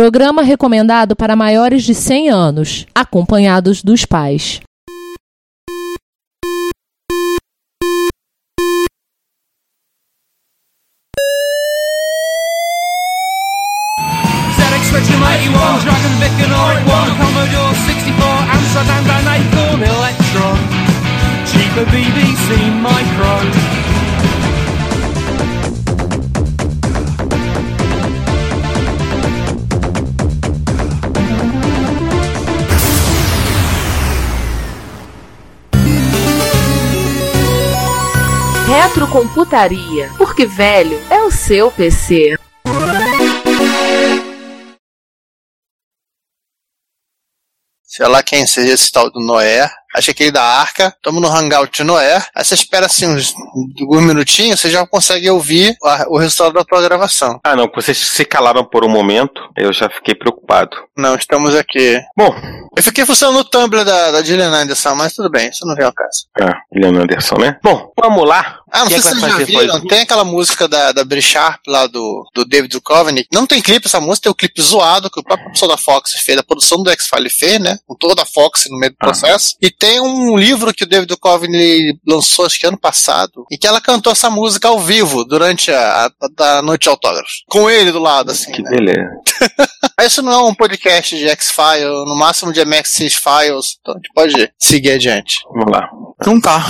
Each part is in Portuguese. Programa recomendado para maiores de 100 anos, acompanhados dos pais. ZX Spectrum 81, Dragon Vic and Oric 1, Commodore 64, Amsterdam and Acorn Electron, cheaper BBC Micro. Retrocomputaria, porque velho é o seu PC. sei lá quem seja esse tal do Noé. Acha aquele da Arca, tamo no Hangout de Noé. Aí você espera assim uns, alguns minutinhos, você já consegue ouvir a- o resultado da tua gravação. Ah, não, que vocês se calaram por um momento, eu já fiquei preocupado. Não, estamos aqui. Bom, Eu fiquei funcionando o Tumblr da, da Gillian Anderson, mas tudo bem, isso não vem ao caso. ah, Leandro Anderson, né? Bom, vamos lá. Ah, não Quem sei é que se vocês vai já fazer viram, voz? tem aquela música da, da Brie Sharp lá do, do David Duchovny. Não tem clipe essa música, tem o clipe zoado que o próprio pessoal da Fox fez, da produção do X-File fez, né? Com toda a Fox no meio do Ah. processo. E tem um livro que o David Duchovny lançou, acho que ano passado, em que ela cantou essa música ao vivo durante a, a- a noite de autógrafos. Com ele do lado, assim, Que né? beleza. Mas Isso não é um podcast de X-File, no máximo de MX Files, então a gente pode seguir adiante. Vamos lá. Então tá.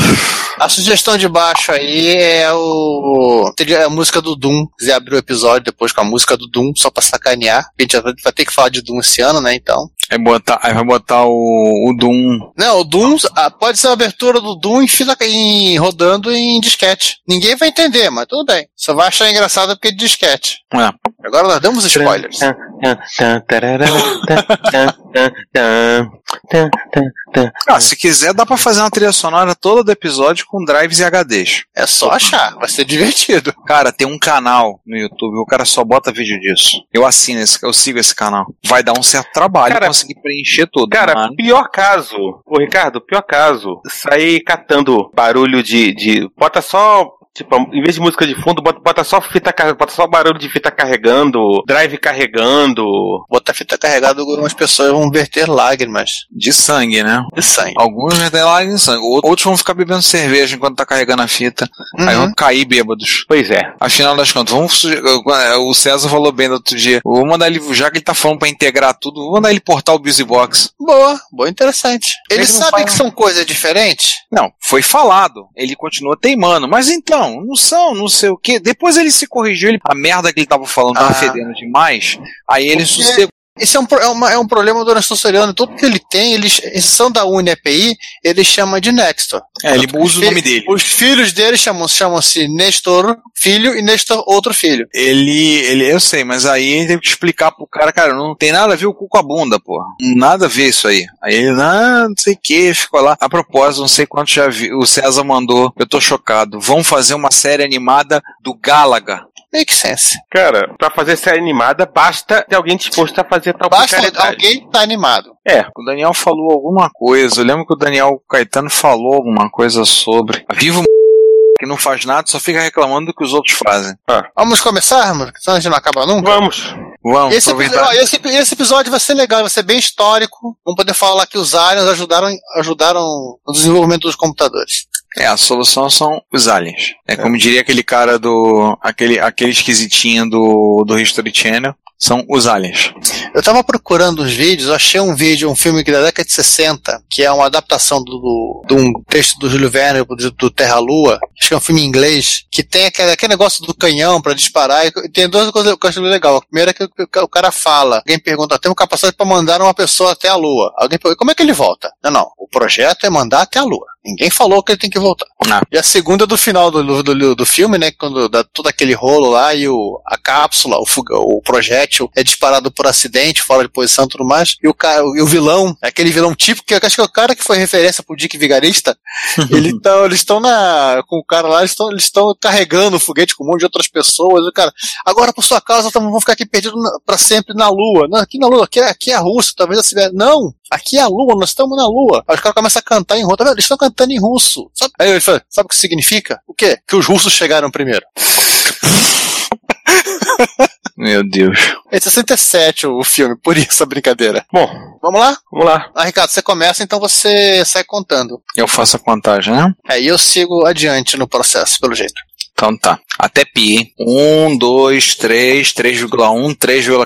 A sugestão de baixo aí é o. seria a música do Doom. Se quiser abrir o episódio depois com a música do Doom, só pra sacanear. porque A gente já vai- vai ter que falar de Doom esse ano, né? Então. Aí, É botar, aí vai botar o, o Doom. Não, o Doom ah, pode ser a abertura do Doom em fita, em, rodando em disquete. Ninguém vai entender, mas tudo bem. Só vai achar engraçado porque é de disquete. É. Agora nós damos spoilers. Tan, tan, tan, tarará, tan, tan, tan, tan, tan, tan, tan. Ah, se quiser, dá pra fazer uma trilha sonora toda do episódio com drives e HDs. É só achar, vai ser divertido. Cara, tem um canal no YouTube, o cara só bota vídeo disso. Eu assino esse, eu sigo esse canal. Vai dar um certo trabalho Cara, conseguir preencher tudo. né? Cara, mas- pior caso, ô Ricardo, pior caso, sair catando barulho de. de bota só. Tipo, em vez de música de fundo, bota, bota só fita carregando, bota só barulho de fita carregando, drive carregando. Botar fita carregada, algumas pessoas vão verter lágrimas de sangue, né? de sangue. Alguns já tem lá em sangue, ou- outros vão ficar bebendo cerveja enquanto tá carregando a fita. Aí Uhum. vão cair bêbados. Pois é. Afinal das contas, vamos. suge- eh, O César falou bem no outro dia. Vou mandar ele, já que ele tá falando pra integrar tudo, vou mandar ele portar o Busy Box. Boa, boa, interessante. Eles Ele não sabem fala- que são coisas diferentes? Não, foi falado. Ele continua teimando. Mas então, não são, não sei o quê. Depois ele se corrigiu. Ele, a merda que ele tava falando tava Ah. fedendo demais. Aí ele Porque- sossegou. Esse é um, pro- é uma- é um problema do Nextoriano. Tudo que ele tem, eles, exceção da UniAPI, ele chama de Nextor. É, ele usa o nome dele. Os filhos dele chamam- chamam-se Nestor filho e Nestor outro filho. Ele, ele, eu sei, mas aí ele teve que explicar pro cara, cara, não tem nada a ver o cu com a bunda, porra. Nada a ver isso aí. Aí ele, ah, não sei o que, ficou lá. A propósito, não sei quanto já vi, o César mandou, eu tô chocado. Vão fazer uma série animada do Galaga. Make sense. Cara, pra fazer série animada, basta ter alguém disposto a fazer tal Basta porcariedade. alguém tá animado. O Daniel falou alguma coisa, eu lembro que o Daniel Caetano falou alguma coisa sobre. Vivo que não faz nada, só fica reclamando do que os outros fazem. Vamos começar, irmão? Senão a gente não acaba nunca. Vamos. Vamos Esse, é epi- aproveitar. ó, esse epi- esse episódio vai ser legal, vai ser bem histórico. Vamos poder falar que os aliens ajudaram, ajudaram no desenvolvimento dos computadores. É, a solução são os aliens. É, como diria aquele cara do. aquele, aquele esquisitinho do, do History Channel. São os aliens. Eu tava procurando uns vídeos, eu achei um vídeo, um filme que da década de 60, que é uma adaptação do, do- de um texto do Júlio Verne, do, do Terra Lua, acho que é um filme em inglês, que tem aquele, aquele negócio do canhão pra disparar, e tem duas coisas que eu acho legal. A primeira é que o, o cara fala, alguém pergunta, temos capacidade pra mandar uma pessoa até a Lua. Alguém pergunta, como é que ele volta? Não, não, o projeto é mandar até a Lua. Ninguém falou que ele tem que voltar. Ah. E a segunda é do final do, do, do filme, né? Quando dá todo aquele rolo lá e o, a cápsula, o, fuga- o projétil é disparado por acidente, fora de posição e tudo mais. E o, cara, e o vilão, é aquele vilão típico, que eu acho que é o cara que foi referência pro Dick Vigarista, ele tá, eles estão na. Com o cara lá, eles estão eles tão carregando o foguete com um monte de outras pessoas. E o cara, agora por sua causa, tamo, vamos ficar aqui perdidos na- pra sempre na Lua. Não, aqui na Lua, aqui, é- aqui é a Rússia, talvez a Sibéria. Não, aqui é a Lua, nós estamos na Lua. Aí os caras começam a cantar em russo. Tá vendo? Eles estão cantando em russo. Sabe? Aí ele fala, sabe o que significa? O quê? Que os russos chegaram primeiro. Meu Deus. É de 67 o filme, por isso a brincadeira. Bom, Vamos lá? vamos lá. Ah, Ricardo, você começa, então você sai contando. Eu faço a contagem, né? Aí eu sigo adiante no processo, pelo jeito. Então tá. Até pi, hein? 1, 2, 3, 3,1,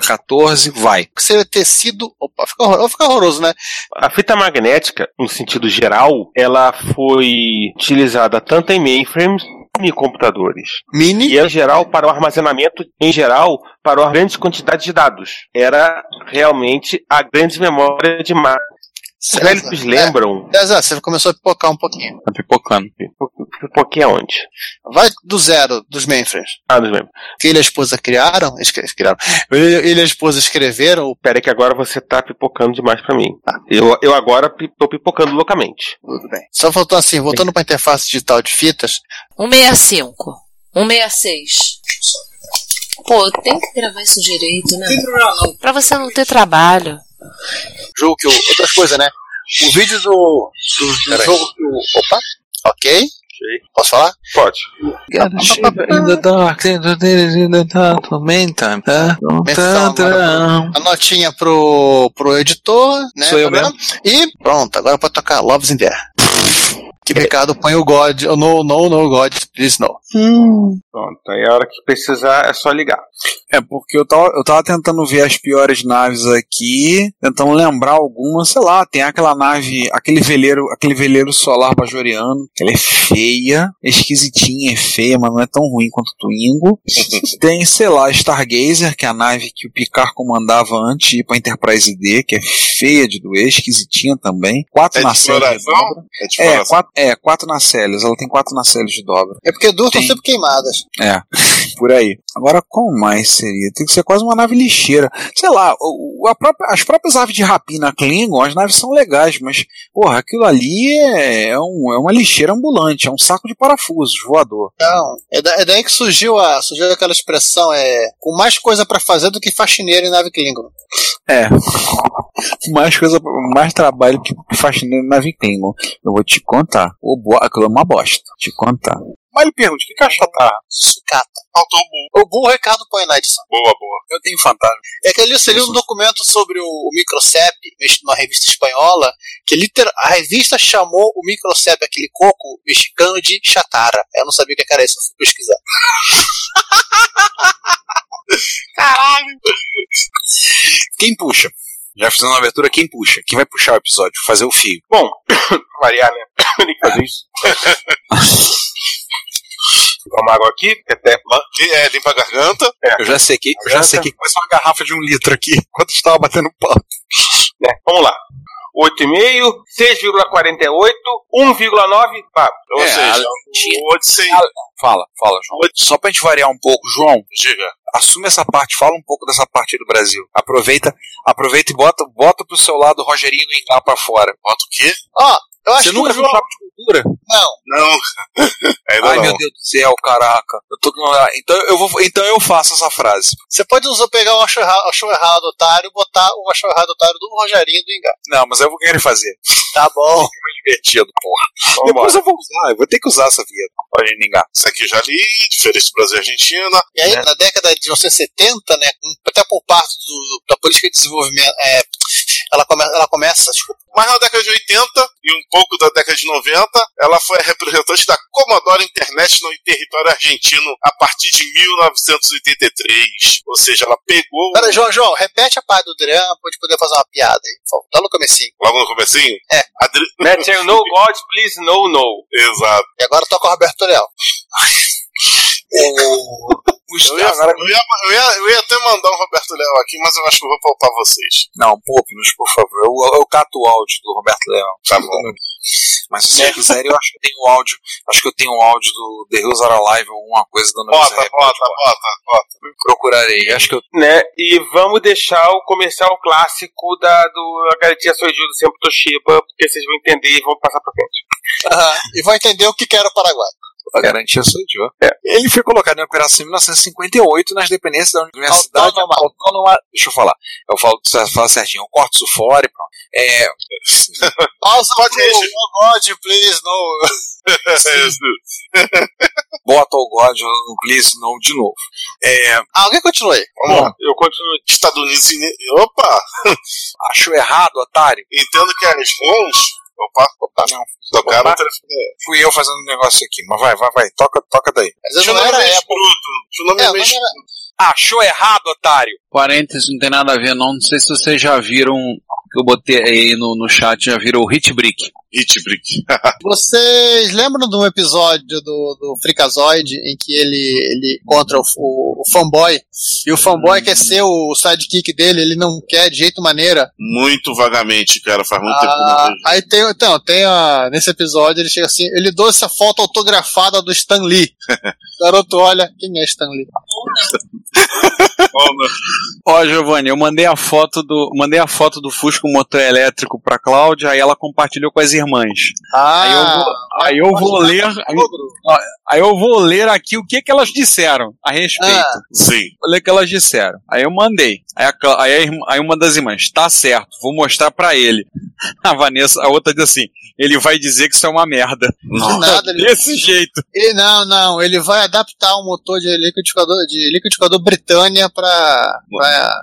3,14, vai. Você ter sido. Opa, fica horroroso, fica horroroso né? A fita magnética, no sentido geral, ela foi utilizada tanto em mainframes como em computadores. Mini. E em geral para o armazenamento, em geral, para uma grande quantidade de dados. Era realmente a grande memória de máquina. Os velhos lembram. É, exato, você começou a pipocar um pouquinho. Tá pipocando. Um pouquinho aonde? Vai do zero dos mainframes. Ah, não lembro. Que ele e a esposa criaram. escre- criaram. Ele ele e a esposa escreveram. Pera aí que agora você tá pipocando demais pra mim. Ah, Eu, eu agora pi- tô pipocando loucamente. Tudo bem. Só faltou assim, voltando para a interface digital de fitas. 165. 166. Pô, tem que gravar isso direito, né? Não tem problema não. Pra você não ter trabalho. Jogo que. o- Outras coisas, né? O vídeo do. Do, do jogo que o. Opa! Ok. Posso falar? Pode. né? A notinha pro, pro editor, né? Sou eu Tá vendo? E pronto, agora pode tocar Loves in the Air. Que pecado põe o God. Oh, no, no, no, God, please no. Pronto. Aí a hora que precisar é só ligar. É, porque eu tava, eu tava tentando ver as piores naves aqui, tentando lembrar alguma, sei lá, tem aquela nave, aquele veleiro, aquele veleiro solar bajoriano, que ela é feia, é esquisitinha, é feia, mas não é tão ruim quanto o Twingo. tem, sei lá, a Stargazer, que é a nave que o Picard comandava antes de ir pra Enterprise D, que é feia de doer, esquisitinha também. Quatro né? É de nacelles. de exploração? dobra. É de É, falar quatro, é, quatro nacelles, ela tem quatro nacelles de dobra. É porque duas estão Sim. sempre queimadas. É, por aí. Agora, qual mais seria? Tem que ser quase uma nave lixeira. Sei lá, o- o- a própria- as próprias aves de rapina Klingon, as naves são legais, mas, porra, aquilo ali é, é um- é uma lixeira ambulante, é um saco de parafusos voador. Então, é, da- é daí que surgiu, a, surgiu aquela expressão, é com mais coisa pra fazer do que faxineiro em é nave Klingon. É. mais coisa, mais trabalho que faxineiro em nave Klingon. Eu vou te contar. O bo... Aquilo é uma bosta. Te contar. Mas ele pergunta, o que que a tá? Sucata. Faltou um bom. O burro Ricardo Poenadson. Boa, boa. Eu tenho um fantasma. É que ali seria um documento sobre o, o microcep, mexido numa revista espanhola, que literal, a revista chamou o microcep, aquele coco mexicano, de chatara. Eu não sabia o que era isso, eu fui pesquisar. Quem puxa? Já fizemos uma abertura, quem puxa? Quem vai puxar o episódio? Fazer o fio. Bom, variar, né? Tem que fazer isso. Tomar água aqui, que até Que é, limpa a garganta. É, Eu já sequei, Tá eu já sequei com mais uma garrafa de um litro aqui, enquanto estava batendo um papo. né? Vamos lá. 8,5, 6,48, 1,9. Pá, Ou É, seja, a- o Odyssey Fala, fala, João. Só pra gente variar um pouco, João, diga. assume essa parte, fala um pouco dessa parte aí do Brasil. Aproveita, aproveita e bota, bota pro seu lado o Rogerinho do Ingá pra fora. Bota o quê? Ó, eu acho Você que nunca o viu um João- papo de cultura? Não, Não. Ainda Ai, não. meu Deus do céu, caraca. Eu tô ignorando. Então eu vou, então eu faço essa frase. você pode usar, pegar o achou erra- achou errado otário e botar o achou errado otário do Rogerinho do Engar. Não, mas eu vou querer fazer. Tá bom. Divertido, porra. vamos Depois eu vou usar, eu vou ter que usar essa vinheta. Rogerinho do Ingá. Isso aqui eu já li, diferença do Brasil e Argentina. E É. aí, na década de 1970, né, com- até por parte do- da política de desenvolvimento, é, ela, come- ela começa, tipo, desculpa, Mas na década de 80 e um pouco da década de 90, ela foi a representante da Commodore International em território argentino a partir de 1983. Ou seja, ela pegou Pera, João, João, repete a parte do drama pra gente poder fazer uma piada aí, por favor. Tá no comecinho. logo no comecinho. É. a dri- Let her know, God, please, no, no. Exato. E agora toca o Roberto Leal. Eu ia, eu, ia, eu ia- eu ia até mandar um Roberto Léo aqui, mas eu acho que eu vou poupar vocês. Não, poupe-nos, por favor. Eu, eu cato o áudio do Roberto Leão. Tá bom. Mas se você quiser, eu acho que tem o áudio. Acho que eu tenho o áudio do The Hills Are Alive ou alguma coisa dando Bota, essa bota, réplica. bota, bota. Procurarei. Acho que eu. Né? E vamos deixar o comercial clássico da do a garantia Soiju do Sempre Toshiba, porque vocês vão entender e vão passar pra frente. E vai entender o que que era o Paraguai. A garantia sou eu. É. Ele foi colocado em operação em 1958 nas dependências da Universidade Autônoma. Autônoma. Deixa eu falar. Eu falo, eu falo certinho. Eu corto isso fora e pronto. É, Pausa Pode Ah, pro- ir, gente. Oh, God, please, no. Isso. bota o God no Gleason de novo. É, Ah, Alguém continua aí. Bom, eu continuo estadunidense. Opa! acho errado, Atari. Entendo que é as ROMs. Opa, opa, Não, tocaram. Opa. outra- é, fui eu fazendo um negócio aqui, mas vai, vai, vai, toca, toca daí. Às vezes Seu não nome era é meio Apple. escroto. Seu nome É, é o meio nome escroto. era- Achou errado, otário. Parênteses, não tem nada a ver, não. Não sei se vocês já viram que eu botei aí no, no chat, já viram o Hit Brick. Hitbrick. Vocês lembram de um episódio do, do Freakazoid em que ele, ele encontra o, o- o fanboy e o fanboy quer ser o sidekick dele, ele não quer de jeito maneira. Muito vagamente, cara. Faz muito tempo que eu não Ah, vejo. aí tem, então, tem a, nesse episódio ele chega assim, ele dou essa foto autografada do Stan Lee. O garoto olha, quem é Stan Lee? Oh, não. Ó, Giovanni, eu mandei a foto do mandei a foto do Fusco motor elétrico pra Cláudia, aí ela compartilhou com as irmãs. Aí eu Ah, vou, aí eu vou ler, aí, aí eu vou ler aqui o que que elas disseram a respeito. Ah. Sim. Vou ler o que elas disseram. Aí eu mandei. Aí, a Clá- aí a irmã- aí uma das irmãs, tá certo, vou mostrar pra ele. A Vanessa, a outra diz assim, ele vai dizer que isso é uma merda. de nada, ele, Desse jeito. ele- não, não, ele vai adaptar um motor de liquidificador, de liquidificador Britânia pra, pra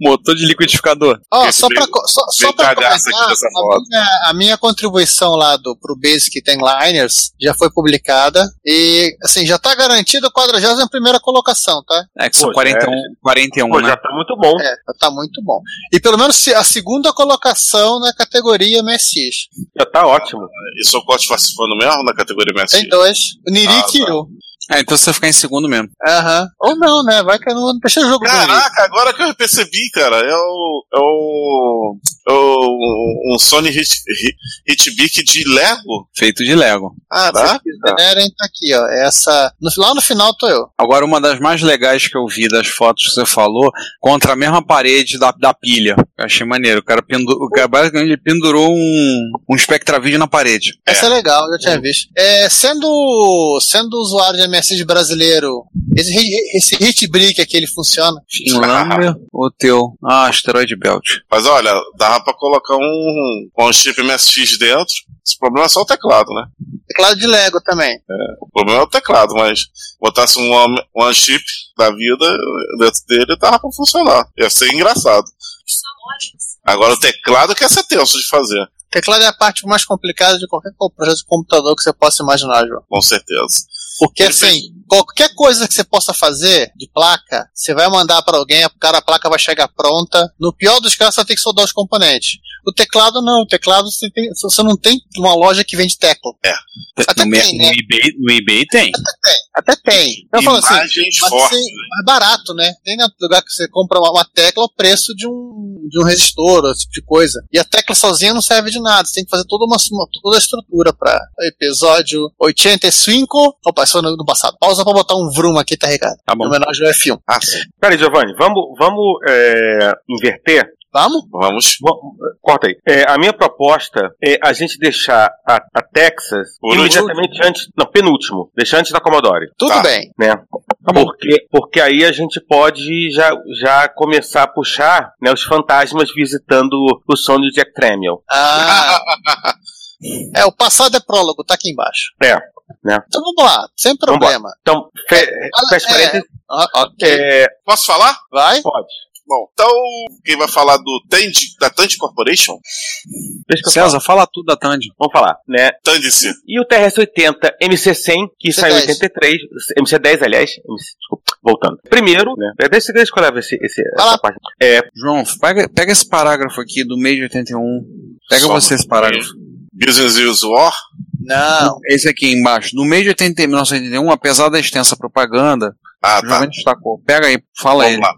Motor de liquidificador. Ó, Esse só veio- pra, co- só, só veio pra cagaço aqui começar, dessa a minha, a minha contribuição lá do, pro Basic Ten Liners já foi publicada e, assim, já tá garantido a 41 colocação, tá? É que são Pô, 41, 41 Pô, né? já tá muito bom. É, tá muito bom. E pelo menos se- a segunda colocação na categoria MSX. Já tá ótimo. E sou corte participando mesmo na categoria MSI? Tem dois. O Niri Ah, tá. e eu. Ah, então você vai ficar em segundo mesmo. Aham. Ou não, né? Vai que eu não deixa o jogo do Niri. Caraca, agora que eu percebi, cara, é o. É o. É o um Sony Hit, Hit, Hitbic de Lego? tá? Feito de Lego. Ah, Caraca. Eren tá aqui, ó. Essa. no- lá no final tô eu. Agora, uma das mais legais que eu vi das fotos que você falou, contra a mesma parede da, da pilha. Eu achei maneiro. O cara, pendu, o cara basicamente ele pendurou um, um Spectravideo na parede. Essa é legal, eu já tinha visto. É, sendo, sendo usuário de MSX brasileiro, esse, hit- esse hit brick aqui ele funciona. Finlândia ou teu? Ah, asteroide belt. Mas olha, dava pra colocar um, um chip MSX dentro. Esse problema é só o teclado, né? Teclado de Lego também. O problema é o teclado, mas botasse um one, one chip da vida dentro dele, dava pra funcionar. Ia ser engraçado. Agora o teclado que ia ser tenso de fazer, Teclado é a parte mais complicada de qualquer co- projeto de computador que você possa imaginar, João. com certeza. Porque assim, qualquer coisa que você possa fazer de placa, você vai mandar pra alguém, o cara a placa vai chegar pronta. No pior dos casos, você tem que soldar os componentes. O teclado não, o teclado você, tem- você não tem uma loja que vende tecla. É. Até no, me- tem, né? no eBay, no eBay tem. Até tem. Eu falo assim, Imagens Mas fortes. você- mais barato, né? Tem na- lugar que você compra uma, uma tecla o preço de um, de um resistor, esse tipo de coisa. E a tecla sozinha não serve de nada. Você tem que fazer toda uma, uma- toda a estrutura pra episódio 85. Opa, isso foi no, no passado. Pausa pra botar um vroom aqui, tá Ricardo? Tá Em bom. homenagem ao F1. Ah, sim. Peraí, Giovanni, vamos, vamos é, inverter? Vamos? Vamos. Vam- Corta aí. É, a minha proposta é a gente deixar a, a Texas Por imediatamente antes. Não, penúltimo. Deixar antes da Commodore. Tudo Tá. bem. né? Porque, porque aí a gente pode já, já começar a puxar né, os fantasmas visitando o sonho de Jack Tramiel. Ah. é, o passado é prólogo, tá aqui embaixo. É, né. Então vamos lá, sem problema. Então, fe, fecha é. parênteses. Ah, ok. É, Posso falar? Vai? pode. Bom, então quem vai falar do Tandy, da Tandy Corporation? Deixa eu falar. César, fala tudo da Tandy. Vamos falar, né? Tandy-se. E o TRS-80 MC-100, que saiu em 10. 83, MC-10, aliás, MC, desculpa, voltando. Primeiro, né? Deixa eu escolher esse, esse, Vai lá. essa parte. João, pega, pega esse parágrafo aqui do mês de 81. Pega Soma. você esse parágrafo. Business is War. Não. Esse aqui embaixo. No mês de 80, 1981, apesar da extensa propaganda, Ah, o tá. Giovanni destacou. Pega aí, fala aí. Vamos lá.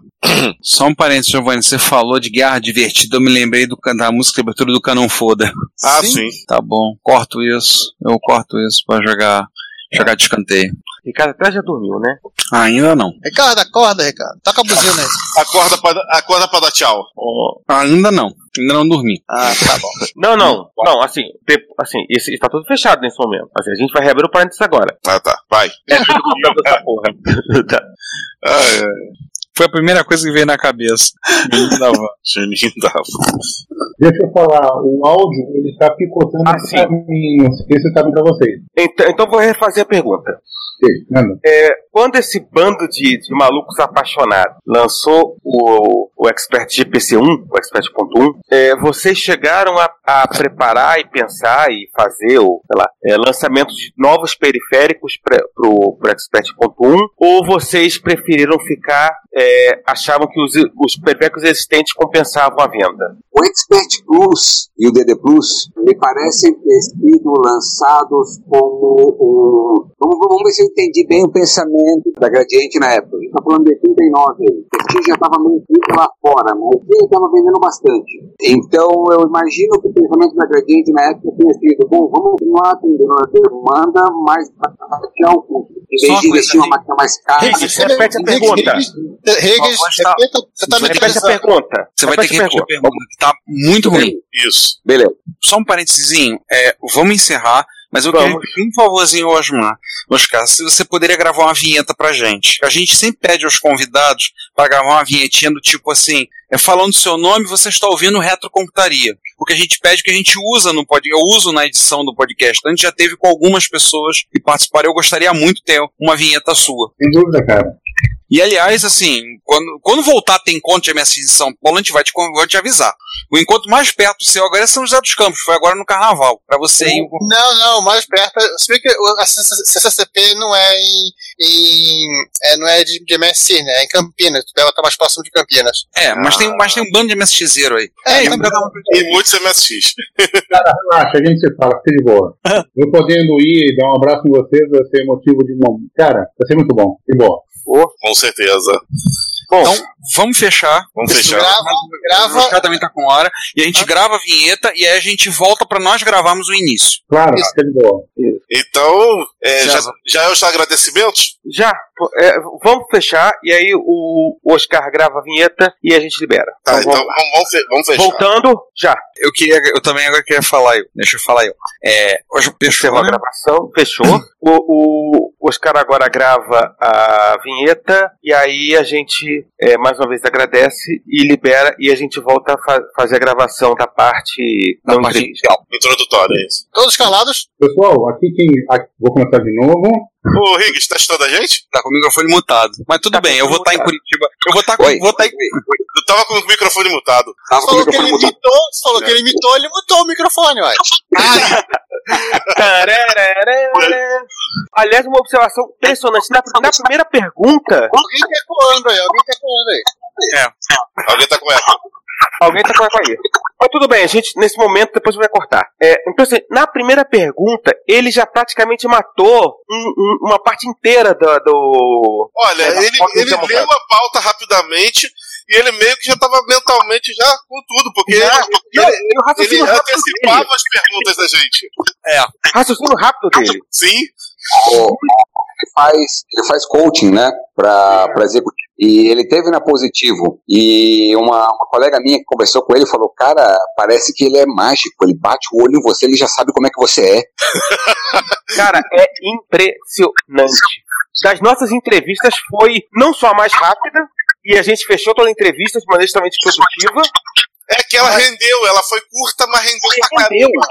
Só um parênteses, Giovanni. Você falou de guerra divertida, eu me lembrei do, can- da música de abertura do Canão Foda. Ah, sim. Tá bom, corto isso. Eu corto isso pra jogar, jogar de escanteio. Ah, Ricardo até já dormiu, né? Ainda não. Ricardo, acorda, Ricardo. Toca a buzina aí. Acorda pra, acorda pra dar tchau. Ó, ah, Ainda não. Ainda não dormi. Ah, tá bom. Não, não, não, assim, de- assim, esse, tá tudo fechado nesse momento. Assim, a gente vai reabrir o parênteses agora. Ah, tá. Vai. É tudo comprado essa porra. Ah, é. Foi a primeira coisa que veio na cabeça. Menino da van. Juninho da Van. Deixa eu falar, o áudio ele tá picotando Ah, sim. pra mim. Não sei se tá bom pra vocês. Então, então vou refazer a pergunta. Sim, manda. Quando esse bando de, de malucos apaixonados lançou o, o Expert GPC1, o Expert.1, é, vocês chegaram a, a preparar e pensar e fazer o sei lá, é, lançamento de novos periféricos para o Expert.1 ou vocês preferiram ficar, é, achavam que os, os periféricos existentes compensavam a venda? O Expert Plus e o DD Plus me parecem ter sido lançados como um. Vamos, vamos ver se eu entendi bem o pensamento da Gradiente na época. A gente está falando de 89 aí. O Expert já estava meio frio lá fora, mas ele estava vendendo bastante. Então eu imagino que o pensamento da Gradiente na época tenha sido: bom, vamos continuar atendendo a demanda, mas baratear o custo. Em Só uma vez de coisa, investir uma Rick. máquina mais cara. né? Riggs, repete a pergunta. Regis, Ó, está- Eh, repita, você tá me Repete a interessando. pergunta. Você vai ter que Repete a repetir a pergunta, que tá muito ruim. Isso. Beleza. Só um parênteses, é, vamos encerrar, mas eu queria Vamos. pedir um favorzinho, ao Osmar. Oscar, se você poderia gravar uma vinheta pra gente. A gente sempre pede aos convidados para gravar uma vinhetinha do tipo assim, é falando seu nome, você está ouvindo retrocomputaria. O que a gente pede que a gente usa no podcast, eu uso na edição do podcast. A gente já teve com algumas pessoas que participaram, eu gostaria muito ter uma vinheta sua. Sem dúvida, cara. E aliás, assim, quando, quando voltar a ter encontro de MSI em São Paulo, a gente vai te, con- vai te avisar. O encontro mais perto do seu agora é São José dos Campos, foi agora no carnaval. Pra você ir. Não, não, mais perto. Se bem que o- a CCCP não é em. em- é, não é de, de MSC, né? É em Campinas. O dela tá mais próximo de Campinas. É, mas tem, mas tem um bando de MSXero aí. É, então- E muitos MSX. Relaxa, a gente se fala, fica de boa. Eu podendo ir e dar um abraço em vocês vai ser motivo de uma. Cara, vai ser muito bom. Que bom. Com certeza. Então, vamos fechar. Vamos Isso, fechar. grava, O grava. Oscar também tá com hora. E a gente grava a vinheta e aí a gente volta pra nós gravarmos o início. Claro, fica de boa. Então, é, já, Já- já é os agradecimentos? Já, é, vamos fechar e aí o Oscar grava a vinheta e a gente libera. Tá, Então, então vamos- vamos, vamos fe- vamos fechar. Voltando, já. Eu queria, eu também agora queria falar, eu. Deixa eu falar eu. É, hoje Uhum. Encerrou a gravação, fechou. O, o Oscar agora grava a vinheta e aí a gente é, mais uma vez agradece e libera e a gente volta a fa- fazer a gravação da parte na não parte entrevista. inicial. Introdutório, é isso. Todos calados. Pessoal, aqui quem. aqui- vou começar de novo. Ô, Riggs, tá estudando a gente? Tá com o microfone mutado. Mas tudo bem, eu vou estar em Curitiba. Eu vou estar Oi. vou tá em Eu tava com o microfone mutado. Tava com o Falou que ele microfone mudado. imitou, falou que ele imitou, ele mutou o microfone, ué. Tararara. Aliás, uma observação impressionante. Na, na primeira pergunta, Alguém tá coando aí, alguém tá coando aí. Alguém tá com eco. Alguém tá com eco aí. Mas tudo bem, a gente, nesse momento, depois vai cortar. É, então, assim, na primeira pergunta, ele já praticamente matou um- um- uma parte inteira do. do- Olha, É, ele, pode ele ser mutado. leu a pauta rapidamente e ele meio que já tava mentalmente já com tudo, porque Já, ele, Não, ele- o ele raciocínio rápido dele. antecipava as perguntas da gente. Raciocínio rápido dele. Sim, O- ele faz, ele faz coaching, né, para executivo. E ele teve na Positivo. E uma, uma colega minha que conversou com ele falou: Cara, parece que ele é mágico. Ele bate o olho em você, ele já sabe como é que você é. Cara, é impressionante. Das nossas entrevistas foi não só a mais rápida, e a gente fechou toda a entrevista de maneira extremamente produtiva. é que ela rendeu, ela foi curta, mas rendeu pra caramba. Entendeu?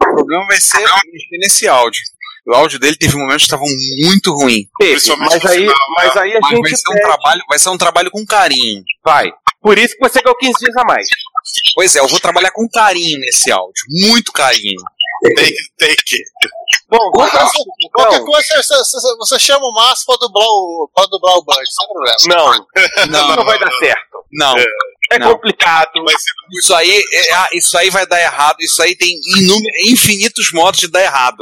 O problema vai ser mexer nesse áudio. O áudio dele teve momentos que estavam muito ruim. Teve, Principalmente Mas no aí, final, né? mas aí a Mas vai gente ser, um trabalho, vai ser um trabalho com carinho. vai. Por isso que você ganhou 15 dias a mais. Pois é, eu vou trabalhar com carinho nesse áudio. Muito carinho. Take, take. Bom, vamos pra Qualquer segunda. coisa, você, você- você chama o Márcio pra dublar o, pra dublar o Bud, sem problema. Não, Não, não vai dar certo. não. É Não. complicado. Vai ser Isso aí, é- ah, isso aí vai dar errado. Isso aí tem inúmer- infinitos modos de dar errado.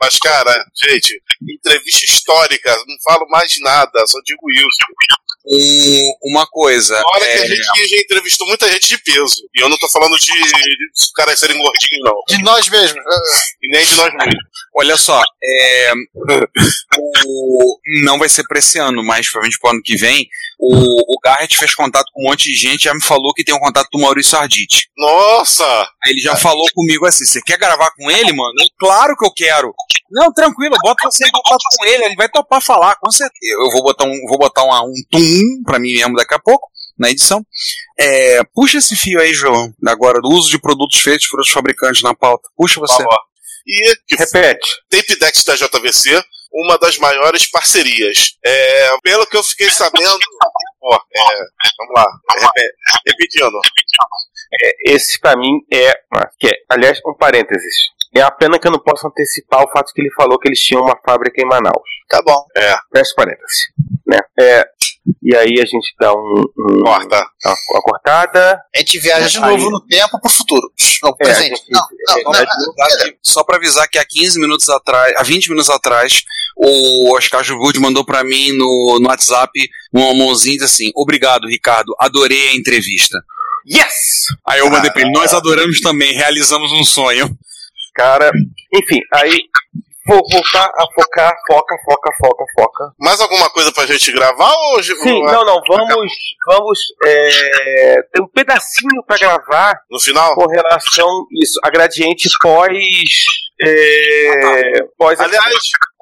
Mas, cara, gente, entrevista histórica, não falo mais nada, só digo isso. Um- uma coisa. Olha que a é, gente já entrevistou muita gente de peso. E eu não tô falando de, de os caras serem gordinhos, não. De nós mesmos. eh, E nem de nós mesmos. Olha só, é, o- não vai ser para esse ano, mas provavelmente pro ano que vem. O, o Garrett fez contato com um monte de gente já me falou que tem um contato do Maurício Arditi. Nossa! Aí ele já falou comigo assim: você quer gravar com ele, mano? Eu, claro que eu quero. Não, tranquilo, bota você bota com ele, ele vai topar falar, com certeza. Eu vou botar um, vou botar uma- um tum pra mim mesmo daqui a pouco, na edição. É, puxa esse fio aí, João, agora do uso de produtos feitos por outros fabricantes na pauta. Puxa você. Ó, ó. E que Repete. Tape Dex da JVC, uma das maiores parcerias. É, pelo que eu fiquei sabendo. Ó, é, vamos lá, repe- repetindo. esse pra mim é, que é, aliás, um parênteses. É a pena que eu não posso antecipar o fato que ele falou que eles tinham uma fábrica em Manaus. Tá bom. É, Fecha um parênteses. Né? É, e aí a gente dá um, um- corta. uma, uma cortada. A gente viaja de Aí- novo no tempo pro futuro. Não, É, a presente. gente- Não, não, é, não. é, Tá Só pra avisar que há 15 minutos atrás, há 20 minutos atrás, o Oscar Jubud mandou pra mim no, no WhatsApp uma mãozinha assim: Obrigado, Ricardo, adorei a entrevista. Yes! Aí eu mandei pra ele: Nós adoramos também, realizamos um sonho. Cara, enfim, aí vou voltar a focar, foca, foca, foca, foca. Mais alguma coisa pra gente gravar ou é Sim, não, não, vamos, vamos, é, tem um pedacinho pra gravar no final? com relação isso, a gradiente pós é, pós Aliás,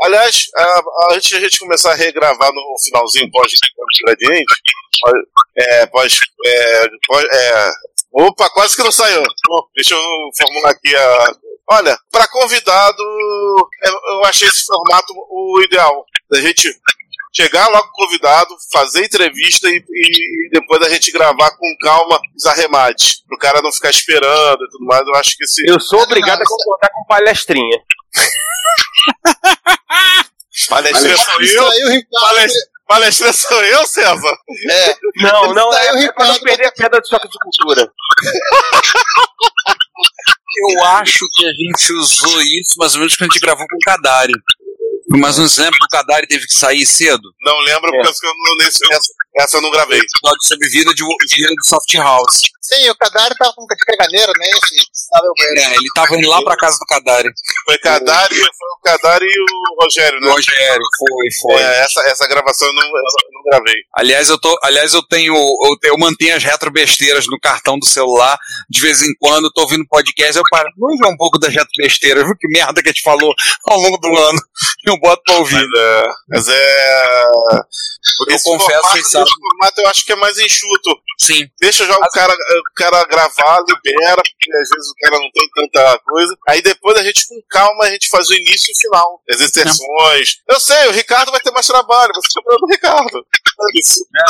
aliás a- a- antes de a gente começar a regravar no finalzinho pós pós gradiente, pós, é, pós, é, pós- é, opa, quase que não saiu. Bom, Deixa eu formular aqui a. Olha, para convidado, eu eu achei esse formato o ideal. Da gente chegar logo com o convidado, fazer entrevista e, e depois a gente gravar com calma os arremates. Pro cara não ficar esperando e tudo mais. Eu acho que esse. eu sou obrigado a concordar com palestrinha. Palestra sou Isso eu. aí o Ricardo. Palestra, palestra sou eu, César? É, Não, não, Daí o é, é pra não Ricardo- perder a pedra de choque de cultura. Eu acho que a gente usou isso mais ou menos quando a gente gravou com o Kadari. Por mais uns anos, o Kadari teve que sair cedo. Não lembro, É. porque eu não, nesse, essa, essa eu não gravei. Episódio sobre vida de, vida de soft house. sim, o Cadário tava com caganeiro, né? Esse, sabe, o banheiro. É, ele tava indo lá pra casa do Kadari. Foi Cadari, foi o Cadari e o Rogério, O né? É. Rogério, foi, foi. É, essa, essa gravação eu não, eu não gravei. Aliás, eu, tô, aliás eu, tenho, eu, eu mantenho as retrobesteiras no cartão do celular. De vez em quando eu tô ouvindo podcast, eu paro, vamos ver um pouco das retrobesteiras, viu que merda que a gente falou ao longo do ano. Eu boto pra ouvir. Mas é. Mas é Porque eu esse confesso, formato, vocês sabem. esse formato eu acho que é mais enxuto. Sim. Deixa já o cara, o cara gravar, libera, porque às vezes o cara não tem tanta coisa. Aí depois a gente, com calma, a gente faz o início e o final. As inserções. Eu sei, o Ricardo vai ter mais trabalho, você tá falando do Ricardo.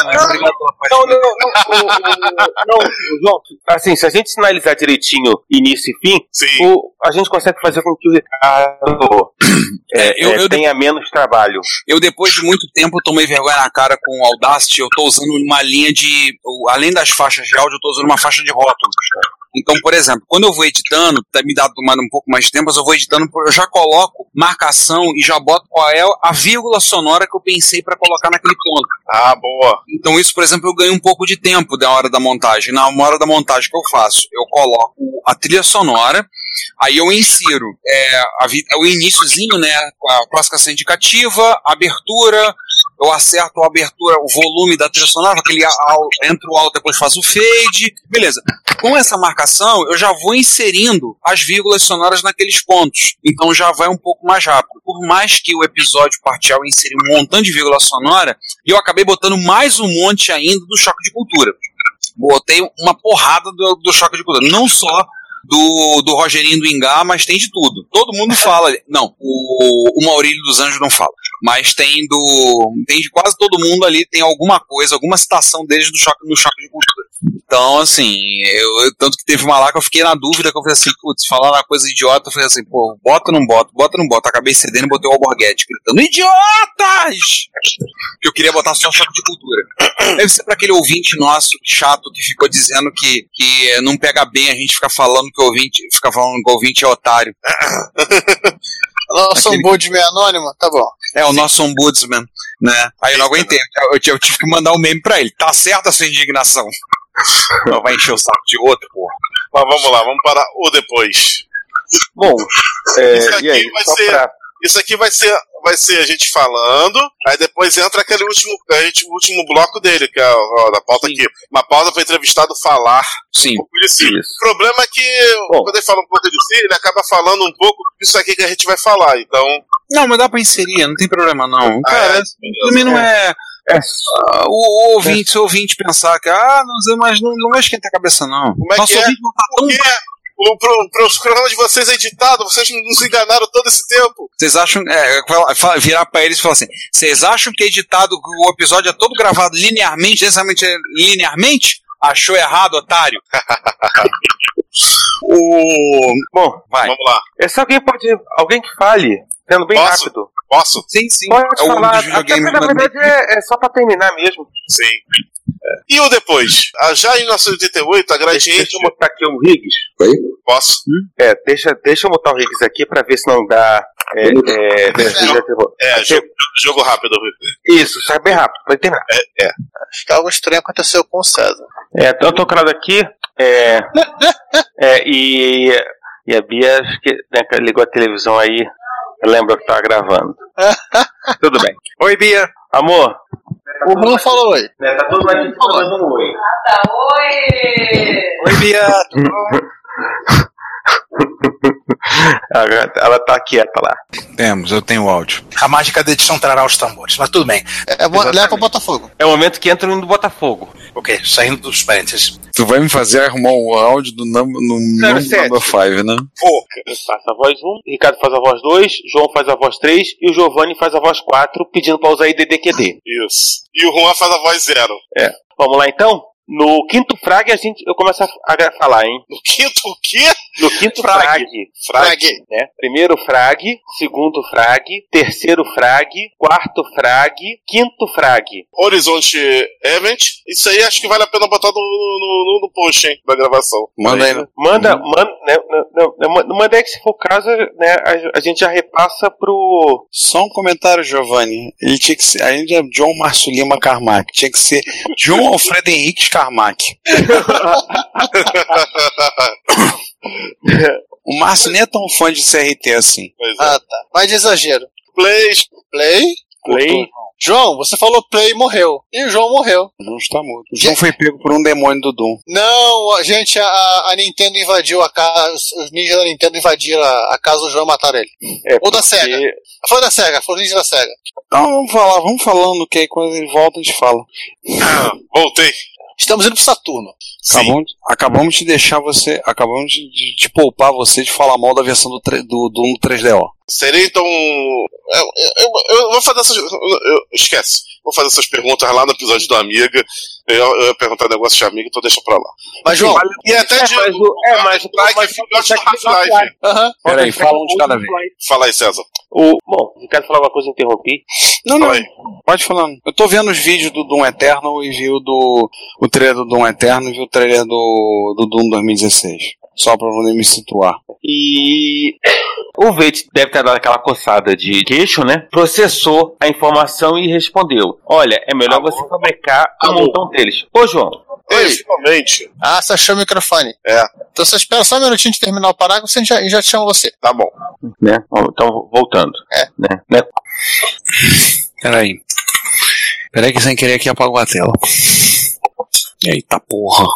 Obrigado pela Não, não, não, não, o- o- não, João, assim, se a gente sinalizar direitinho início e fim, Sim. o- a gente consegue fazer com que o Ricardo é, eu- é, eu- tenha menos trabalho. Eu, depois de muito tempo, tomei vergonha na cara com o Audacity. Eu tô usando uma linha de. o- Além das faixas de áudio, eu tô usando uma faixa de rótulos. Então, por exemplo, quando eu vou editando, tá- me dá tomando um pouco mais de tempo, mas eu vou editando, eu já coloco marcação e já boto qual é a vírgula sonora que eu pensei pra colocar naquele ponto. Ah, boa. Então, isso, por exemplo, eu ganho um pouco de tempo da hora da montagem. Na hora da montagem que eu faço, eu coloco a trilha sonora, aí eu insiro é, a vi- o iníciozinho, né? Com a classificação indicativa, a abertura, eu acerto a abertura, o volume da trilha sonora, aquele a- ao- entra o alto, depois faz o fade. Beleza. Com essa marcação, eu já vou inserindo as vírgulas sonoras naqueles pontos. Então já vai um pouco mais rápido. Por mais que o episódio parcial inseriu um montão de vírgula sonora, e eu acabei botando mais um monte ainda do choque de cultura. Botei uma porrada do, do choque de cultura. Não só do, do Rogerinho do Ingá, mas tem de tudo. Todo mundo fala. Não, o, o Maurílio dos Anjos não fala. Mas tem do. Tem de quase todo mundo ali, tem alguma coisa, alguma citação deles do choque, no choque de cultura. Então, assim, eu, eu- tanto que teve uma lá que eu fiquei na dúvida, que eu falei assim, putz, falar uma coisa idiota, eu falei assim, pô, bota ou não bota, bota ou não bota. Acabei cedendo e botei o Alborguete gritando, idiotas! que eu queria botar só um choque de cultura. Deve ser para aquele ouvinte nosso chato que ficou dizendo que, que eh, não pega bem a gente ficar falando que o ouvinte, ficar falando que o ouvinte é otário. Nossa, Aquele- um bold meio anônimo? Tá bom. É o nosso ombudsman, né? Aí eu não aguentei. Eu, eu tive que mandar um meme pra ele. Tá certa a sua indignação. Não vai encher o saco de outro, porra. Mas vamos lá, vamos para o depois. Bom, é, Isso aqui e aí, vai só ser- pra Isso aqui vai ser, vai ser a gente falando, aí depois entra aquele último, a gente, o último bloco dele, que é o, ó, da pauta aqui. Uma pauta para entrevistado falar. Sim. um pouco de si. Isso. O problema é que Bom. quando ele fala um pouco de si, ele acaba falando um pouco disso aqui que a gente vai falar. Então, Não, mas dá pra inserir, não tem problema não. Cara, é, também não é. Ah, o, o ouvinte, se o ouvinte pensar que, ah, não sei, mas não, não vai esquentar a cabeça, não. Como é Nosso que é? ouvinte não tá tão. porque o pro, pro, os programas de vocês é editado, vocês nos enganaram todo esse tempo. Vocês acham. é, fala- fala- virar pra eles e falar assim: vocês acham que é editado, que o episódio é todo gravado linearmente, necessariamente é linearmente? Achou errado, otário. o. Bom, Vai. Vamos lá. é só alguém pode. Alguém que fale, sendo bem Posso? rápido. Posso? Sim, sim. Pode é o falar. do Até videogame. porque, na verdade é, é só pra terminar mesmo. Sim. E o depois? Ah, Já em 1988, a Deixa Gradiente. eu botar aqui o Riggs. Posso? É, deixa, deixa eu botar o Riggs aqui pra ver se não dá. É, é, É, jogo, jogo rápido. isso, sai bem rápido, pra terminar. Tá, Algo estranho aconteceu com o César. É, tô tocando aqui. É, é, e, e a Bia acho que, né, que ligou a televisão aí. Lembra que tava gravando. Tudo bem. Oi, Bia. Amor. O Bruno falou oi. Né, tá todo mundo falando um oi. Oi, Bia. Ela, ela tá quieta lá. Temos, eu tenho o áudio. A mágica da edição trará os tambores, mas tudo bem. É, bo- leva pro Botafogo. É o momento que entra no do Botafogo. Ok, saindo dos parênteses. Tu vai me fazer arrumar o áudio do num- no Zero num- sete. Number 5, né? Eu faço a voz 1, Ricardo faz a voz 2, João faz a voz 3 e o Giovanni faz a voz 4, pedindo pra usar IDDQD. Isso. E o Juan faz a voz zero. Vamos lá então? No quinto frag a gente, eu começo a, a falar, hein? No quinto, o quê? No quinto frag, Frag. né? Primeiro frag, segundo frag, terceiro frag, quarto frag, quinto frag. Horizonte Event. Isso aí acho que vale a pena botar no, no, no- no post, hein? Da gravação. Manda aí. Manda, manda, né, não, não, não, manda- manda aí que se for o caso, né, a, a gente já repassa pro Só um comentário, Giovanni. Ele tinha que ser. A gente é John Márcio Lima Carmack. Tinha que ser John Alfredo Henrique Carmack. O Márcio nem é tão fã de CRT assim. Pois é. Ah, tá. Mas de exagero. Play, Play? play. João, você falou play e morreu. E o João morreu. Não está morto. O João foi pego por um demônio do Doom. Não, a- gente, a, a Nintendo invadiu a casa. Os ninjas da Nintendo invadiram a, a casa do João e mataram ele. É, Ou da SEGA. porque- Foi da SEGA, foi o ninja da SEGA. Então vamos falar, vamos falando, que aí quando ele volta a gente fala. Voltei. Estamos indo pro Saturno. Acabamos, acabamos de deixar você. Acabamos de, de, de poupar você de falar mal da versão do, tre- do um Doom 3DO. Seria então. Eu, eu- eu vou fazer essas. eu- eu- esquece. Vou fazer essas perguntas lá no episódio do Amiga. Eu, eu ia perguntar negócio de amiga, então deixa pra lá. Mas, João, E até É, de. mas o- é, mas o- Like, mas o- filhote do mas o- Half-Life. aham. Peraí, fala um de cada vez. Fala aí, César. O, bom, o Ricardo falou alguma coisa, eu interrompi. Não, não, Fala aí. pode falar. Eu tô vendo os vídeos do Doom Eternal e vi o do o trailer do Doom Eternal e vi o trailer do, do Doom 2016. Só pra poder me situar. E o Veit deve ter dado aquela coçada de queixo, né? Processou a informação e respondeu: Olha, é melhor você fabricar um montão deles. Ô, João, Oi. Ei, finalmente. Ah, você achou o microfone. É. Então você espera só um minutinho de terminar o parágrafo e já, já te chamo você. Tá bom. né? Ó, Então, voltando. É. Né? Né? Peraí. Peraí que sem querer aqui apagou a tela. Eita porra.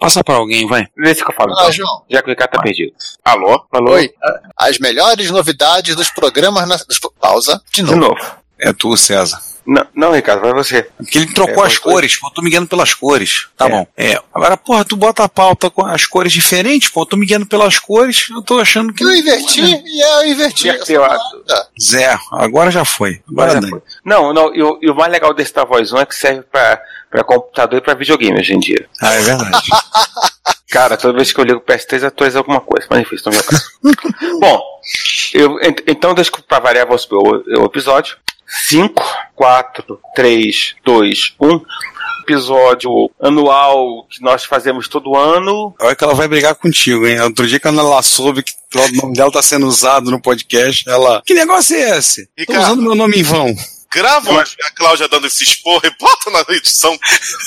Passa pra alguém, vai. Vê se que eu falo, Ah, então, João. já que o Ricardo tá perdido. Alô? Falou? Oi. As melhores novidades dos programas. Na... dos- Pausa. De De novo. novo. É tu, César. Não, não, Ricardo, vai você. Porque ele trocou É, as foi- cores, pô, eu tô me guiando pelas cores. Tá bom. É. Agora, porra, tu bota a pauta com as cores diferentes, pô, eu tô me guiando pelas cores, eu tô achando que. Eu inverti e eu inverti. Inverteu, Eu- ah, Zé, agora já foi. Agora Agora já dane. foi. Não, não, e o, e o mais legal desse da voz 1 é que serve pra, pra computador e pra videogame hoje em dia. Ah, é verdade. Cara, toda vez que eu ligo o PS3 atualiza alguma coisa, mas enfim, isso não é o meu caso. Bom, eu, ent- então deixa eu- pra variar vamos supor, o, o episódio. 5, 4, 3, 2, 1. Episódio anual que nós fazemos todo ano. Olha que ela vai brigar contigo, hein? Outro dia, quando ela soube que o nome dela tá sendo usado no podcast, ela. Que negócio é esse? Tô Ricardo. usando meu nome em vão. Grava a Cláudia dando esse esporro e bota na edição.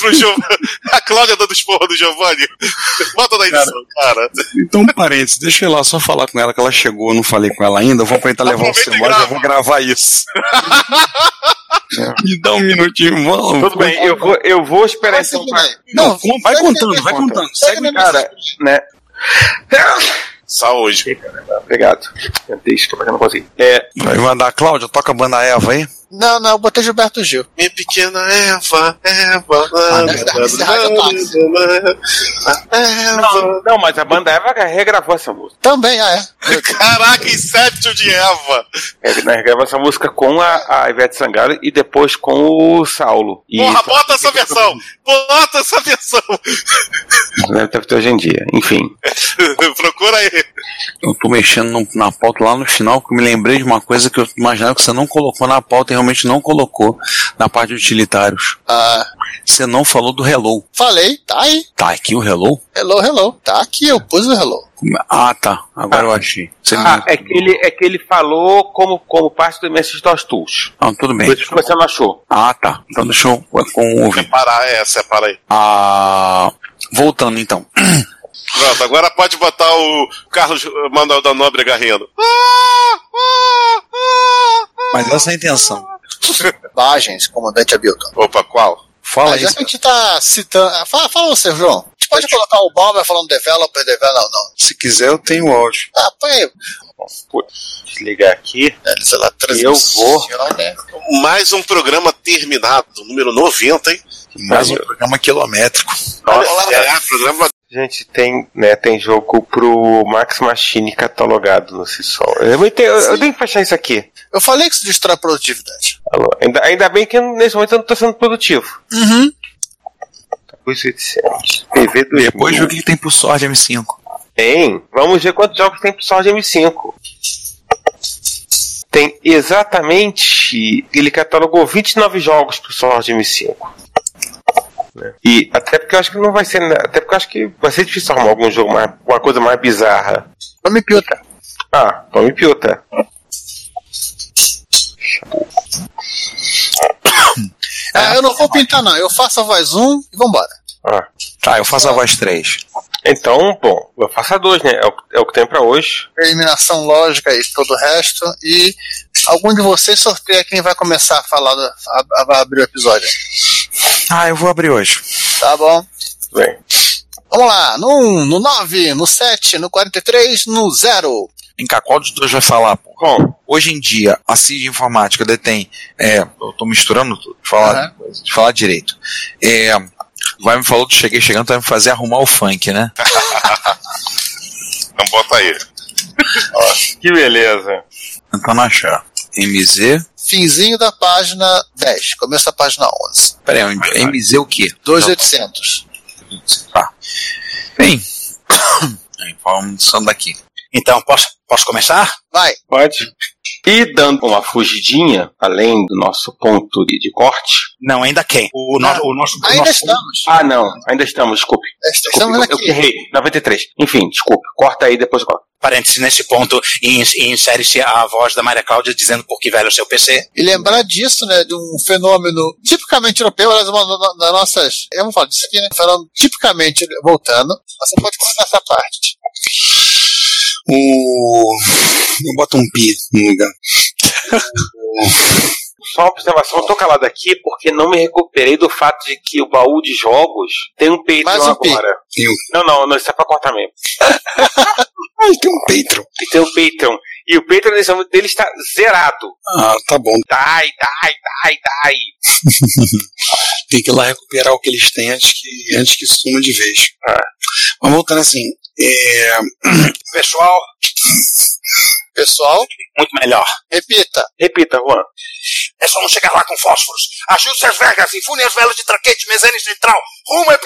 pro Giovanni. A Cláudia dando esporra do Giovanni. Bota na edição, cara. Então, parênteses, deixa eu ir lá só falar com ela que ela chegou, eu não falei com ela ainda. Eu vou tentar levar o Aproveita e celular, já vou gravar isso. Me dá um minutinho, vamos. Tudo bem, eu vou, eu vou esperar então. pra- Não, con- vai contando, vai contando. Segue o cara. Cara, né? Saúde. Obrigado. Tentei escapar que eu não consegui. É, Vai mandar a Cláudia, toca a banda Eva aí. Não, não, eu botei Gilberto Gil. Minha pequena Eva, Eva. Ah, né? Tá. não, não, mas a banda Eva regravou essa música. Também, ah, é. Caraca, Inception de Eva. É, né, regravou essa música com a, a Ivete Sangalo e depois com o Saulo. E Porra, isso bota essa versão. Bota essa versão. deve ter hoje em dia. Enfim. Procura aí. Eu tô mexendo no- na pauta lá no final, que eu me lembrei de uma coisa que eu imaginava que você não colocou na pauta e realmente não colocou na parte de utilitários. Ah, Você não falou do Hello. falei, tá aí. Tá aqui o Hello? Hello, hello. Tá aqui, eu pus o hello. Como é- Ah, tá. Agora eu achei. Você me- Ah, é que ele, é que ele falou como, como parte do Immensity Dos Tools. Ah, tudo bem. Por isso que você não achou. Ah, tá. Então deixa eu é com o ouvir. Parar é, separa aí. Ah, voltando então. Pronto, agora pode botar o Carlos Manuel da Nobre Garrendo. Mas essa é a intenção. Bagens, comandante Abilton. Opa, qual? Fala Ah, aí. já que a gente tá citando. ah, Fala, fala você, João. A gente pode colocar o Balmer falando developer, developer, não, não. Se quiser, eu tenho o áudio. Ah, põe aí. Desligar aqui. É, sei lá, Eu vou. transmissão, né? Mais um programa terminado, número 90, hein? Mais um programa quilométrico. Nossa, é, programa Gente, tem, né, tem jogo pro Max Machine catalogado no CISOL. Eu, nem tenho- eu, eu tenho que fechar isso aqui. Eu falei que isso destrói a produtividade. Alô, Ainda, ainda bem que eu, nesse momento eu não tô sendo produtivo. Uhum. 800. TV do Depois vê o que tem pro Sword M5. Tem. Vamos ver quantos jogos tem pro Sword M5. Tem exatamente. Ele catalogou 29 jogos pro Sword M5. Né? E até porque eu acho que não vai ser. né, Até porque eu acho que vai ser difícil arrumar algum jogo, mais, uma coisa mais bizarra. Tome piuta. Ah, tome piuta. Ah, eu não vou pintar, não. Eu faço a voz 1 e vambora. Ah. Tá, eu faço a voz 3. Então, bom, eu faço a dois, né? É o, é o que tem pra hoje. Eliminação lógica e todo o resto. E algum de vocês sorteia quem vai começar a falar, do- a, a- a abrir o episódio. Ah, eu vou abrir hoje. Tá bom? Bem. Vamos lá. No 1, no 9, no 7, no 43, no 0. Vem cá, qual dos dois vai falar, pô? Bom, Hoje em dia, a CID Informática detém. É, eu tô misturando tudo, de falar, de falar direito. É, vai me falou que cheguei chegando, vai me fazer arrumar o funk, né? Então bota aí. que beleza. Tentando achar. MZ. Finzinho da página 10. Começo da página 11. Peraí, MZ o quê? 2800. Tá. Bem. Aí, Vamos só daqui. Então, posso, posso começar? Vai. Pode. E dando uma fugidinha, além do nosso ponto de, de corte. Não, ainda quem? O, no, o nosso. o Ainda nosso- estamos. É, Ah, não, ainda estamos, desculpe. desculpe, Estamos eu, eu que aqui. errei, 93. Enfim, desculpe, corta aí depois eu corto. Parênteses, nesse ponto, in- insere-se a voz da Maria Cláudia dizendo por que velho é o seu PC. E lembrar disso, né, de um fenômeno tipicamente europeu, aliás, uma da- das nossas. Eu vou falar disso aqui, né? Falando tipicamente, voltando. Você pode cortar essa parte. O. Eu boto um pi no lugar. Só uma observação, eu tô calado aqui porque não me recuperei do fato de que o baú de jogos tem um Patreon Mais um pi. agora. Tem um- Não, não, não, isso é pra cortar mesmo. Ai, tem um Patreon. E tem o Patreon. E o Patreon nesse momento dele está zerado. Ah, tá bom. Dai, dai, dai, dai. tem que ir lá recuperar o que eles têm antes que, antes que suma de vez. É. Ah. Mas voltando assim, é, Pessoal, Pessoal, muito melhor. repita. Repita, Juan. É só não chegar lá com fósforos. Ajuste as vergas, enfune as velas de traquete, mesane central. Rumo é...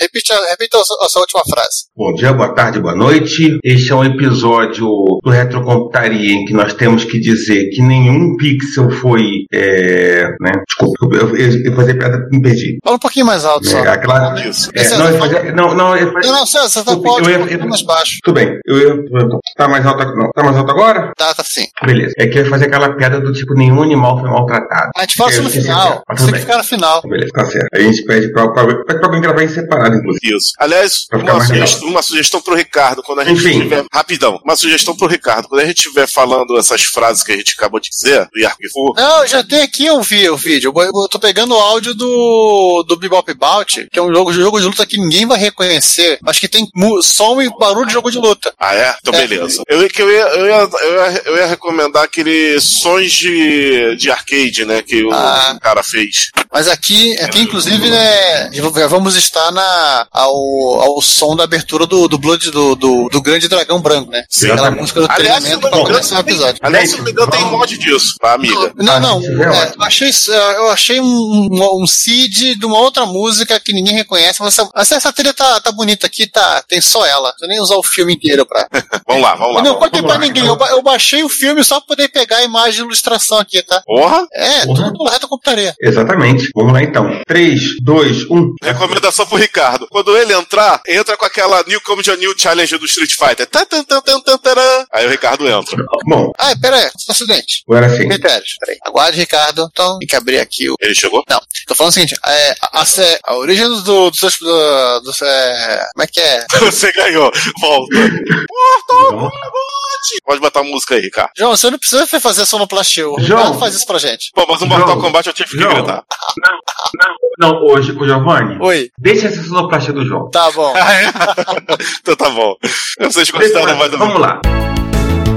Repita, repita a sua, a sua última frase. Bom dia, boa tarde, boa noite. Este é um episódio do Retrocomputaria em que nós temos que dizer que nenhum pixel foi. É, né? Desculpa, eu, eu, eu, eu fazer piada, me perdi. Fala um pouquinho mais alto só. É, aquela, é, não, eu fazer, não, não, eu Não, fazer, não, César, tá Eu- pode, eu ia- um pouquinho eu- mais baixo. tudo bem. Eu, eu, tá mais alto, não, tá mais alto agora? Tá, tá sim. Beleza. É que eu ia fazer aquela piada do do tipo nenhum animal foi maltratado. A gente fala isso no final. tá, Mas Tem tudo que bem. ficar no final. Então, Beleza, tá certo. A gente pede pra, pra, pede pra alguém gravar em separado, inclusive. Isso. Aliás, Pra ficar uma, mais legal. sugest- uma sugestão pro Ricardo, quando a gente Enfim. estiver. Rapidão, uma sugestão pro Ricardo. Quando a gente estiver falando essas frases que a gente acabou de dizer, do Yarkifu, Não, eu já tem aqui o vi- o vídeo. Eu, eu tô pegando o áudio do, do Bebop Bout, que é um jogo, jogo de luta que ninguém vai reconhecer, mas que tem mu- som e barulho de jogo de luta. Ah, é? Então, É. beleza. Eu, ia- que eu, ia, eu, ia, eu, ia, eu ia recomendar aquele sons de, de arcade, né? Que o Ah. cara fez. Mas aqui, aqui inclusive, né, já vamos estar na, ao, ao som da abertura do, do Blood do, do, do Grande Dragão Branco, né? Sim. Aquela música do Aliás, se treinamento não me pra engano, começar o episódio. Aliás, se eu não me engano, tem mod disso, tá, amiga? Não, não. isso é é, ótimo. eu achei, eu achei um, um, um seed de uma outra música que ninguém reconhece, mas essa, mas essa trilha tá, tá bonita aqui, tá, tem só ela. Eu nem usar o filme inteiro pra. Vamos lá, vamos lá. Eu não vamos lá. contei pra ninguém. Eu, ba- eu baixei o filme só pra poder pegar a imagem e ilustração aqui, tá? Porra! É, Porra. tudo reto eu compraria. Exatamente. Vamos lá então. um. 3, 2, 1. Recomendação pro Ricardo. Quando ele entrar, entra com aquela New Comedy New Challenge do Street Fighter. Tá, tá, tá, tá, tá, tarã. Aí o Ricardo entra. Bom, Ah, pera aí, acidente. agora sim. Critérios, peraí. Aguarde, Ricardo. Então, tem que abrir aqui o. Ele chegou? Não, tô falando o seguinte: é, a, a, a origem dos. Do, dos- do- dos, é, como é que é? Você ganhou. Volta. Pode botar a música aí, Ricardo. João, você não precisa fazer sonoplastia. O João. Ricardo faz isso pra gente. Pô, mas no Mortal Não. Kombat eu tive que Não. gritar. Não, hoje, o Giovanni, Oi. deixa essa sonoplastia do João. Tá bom. Ah, é? então tá bom. Vocês gostaram mais ou menos. Vamos lá.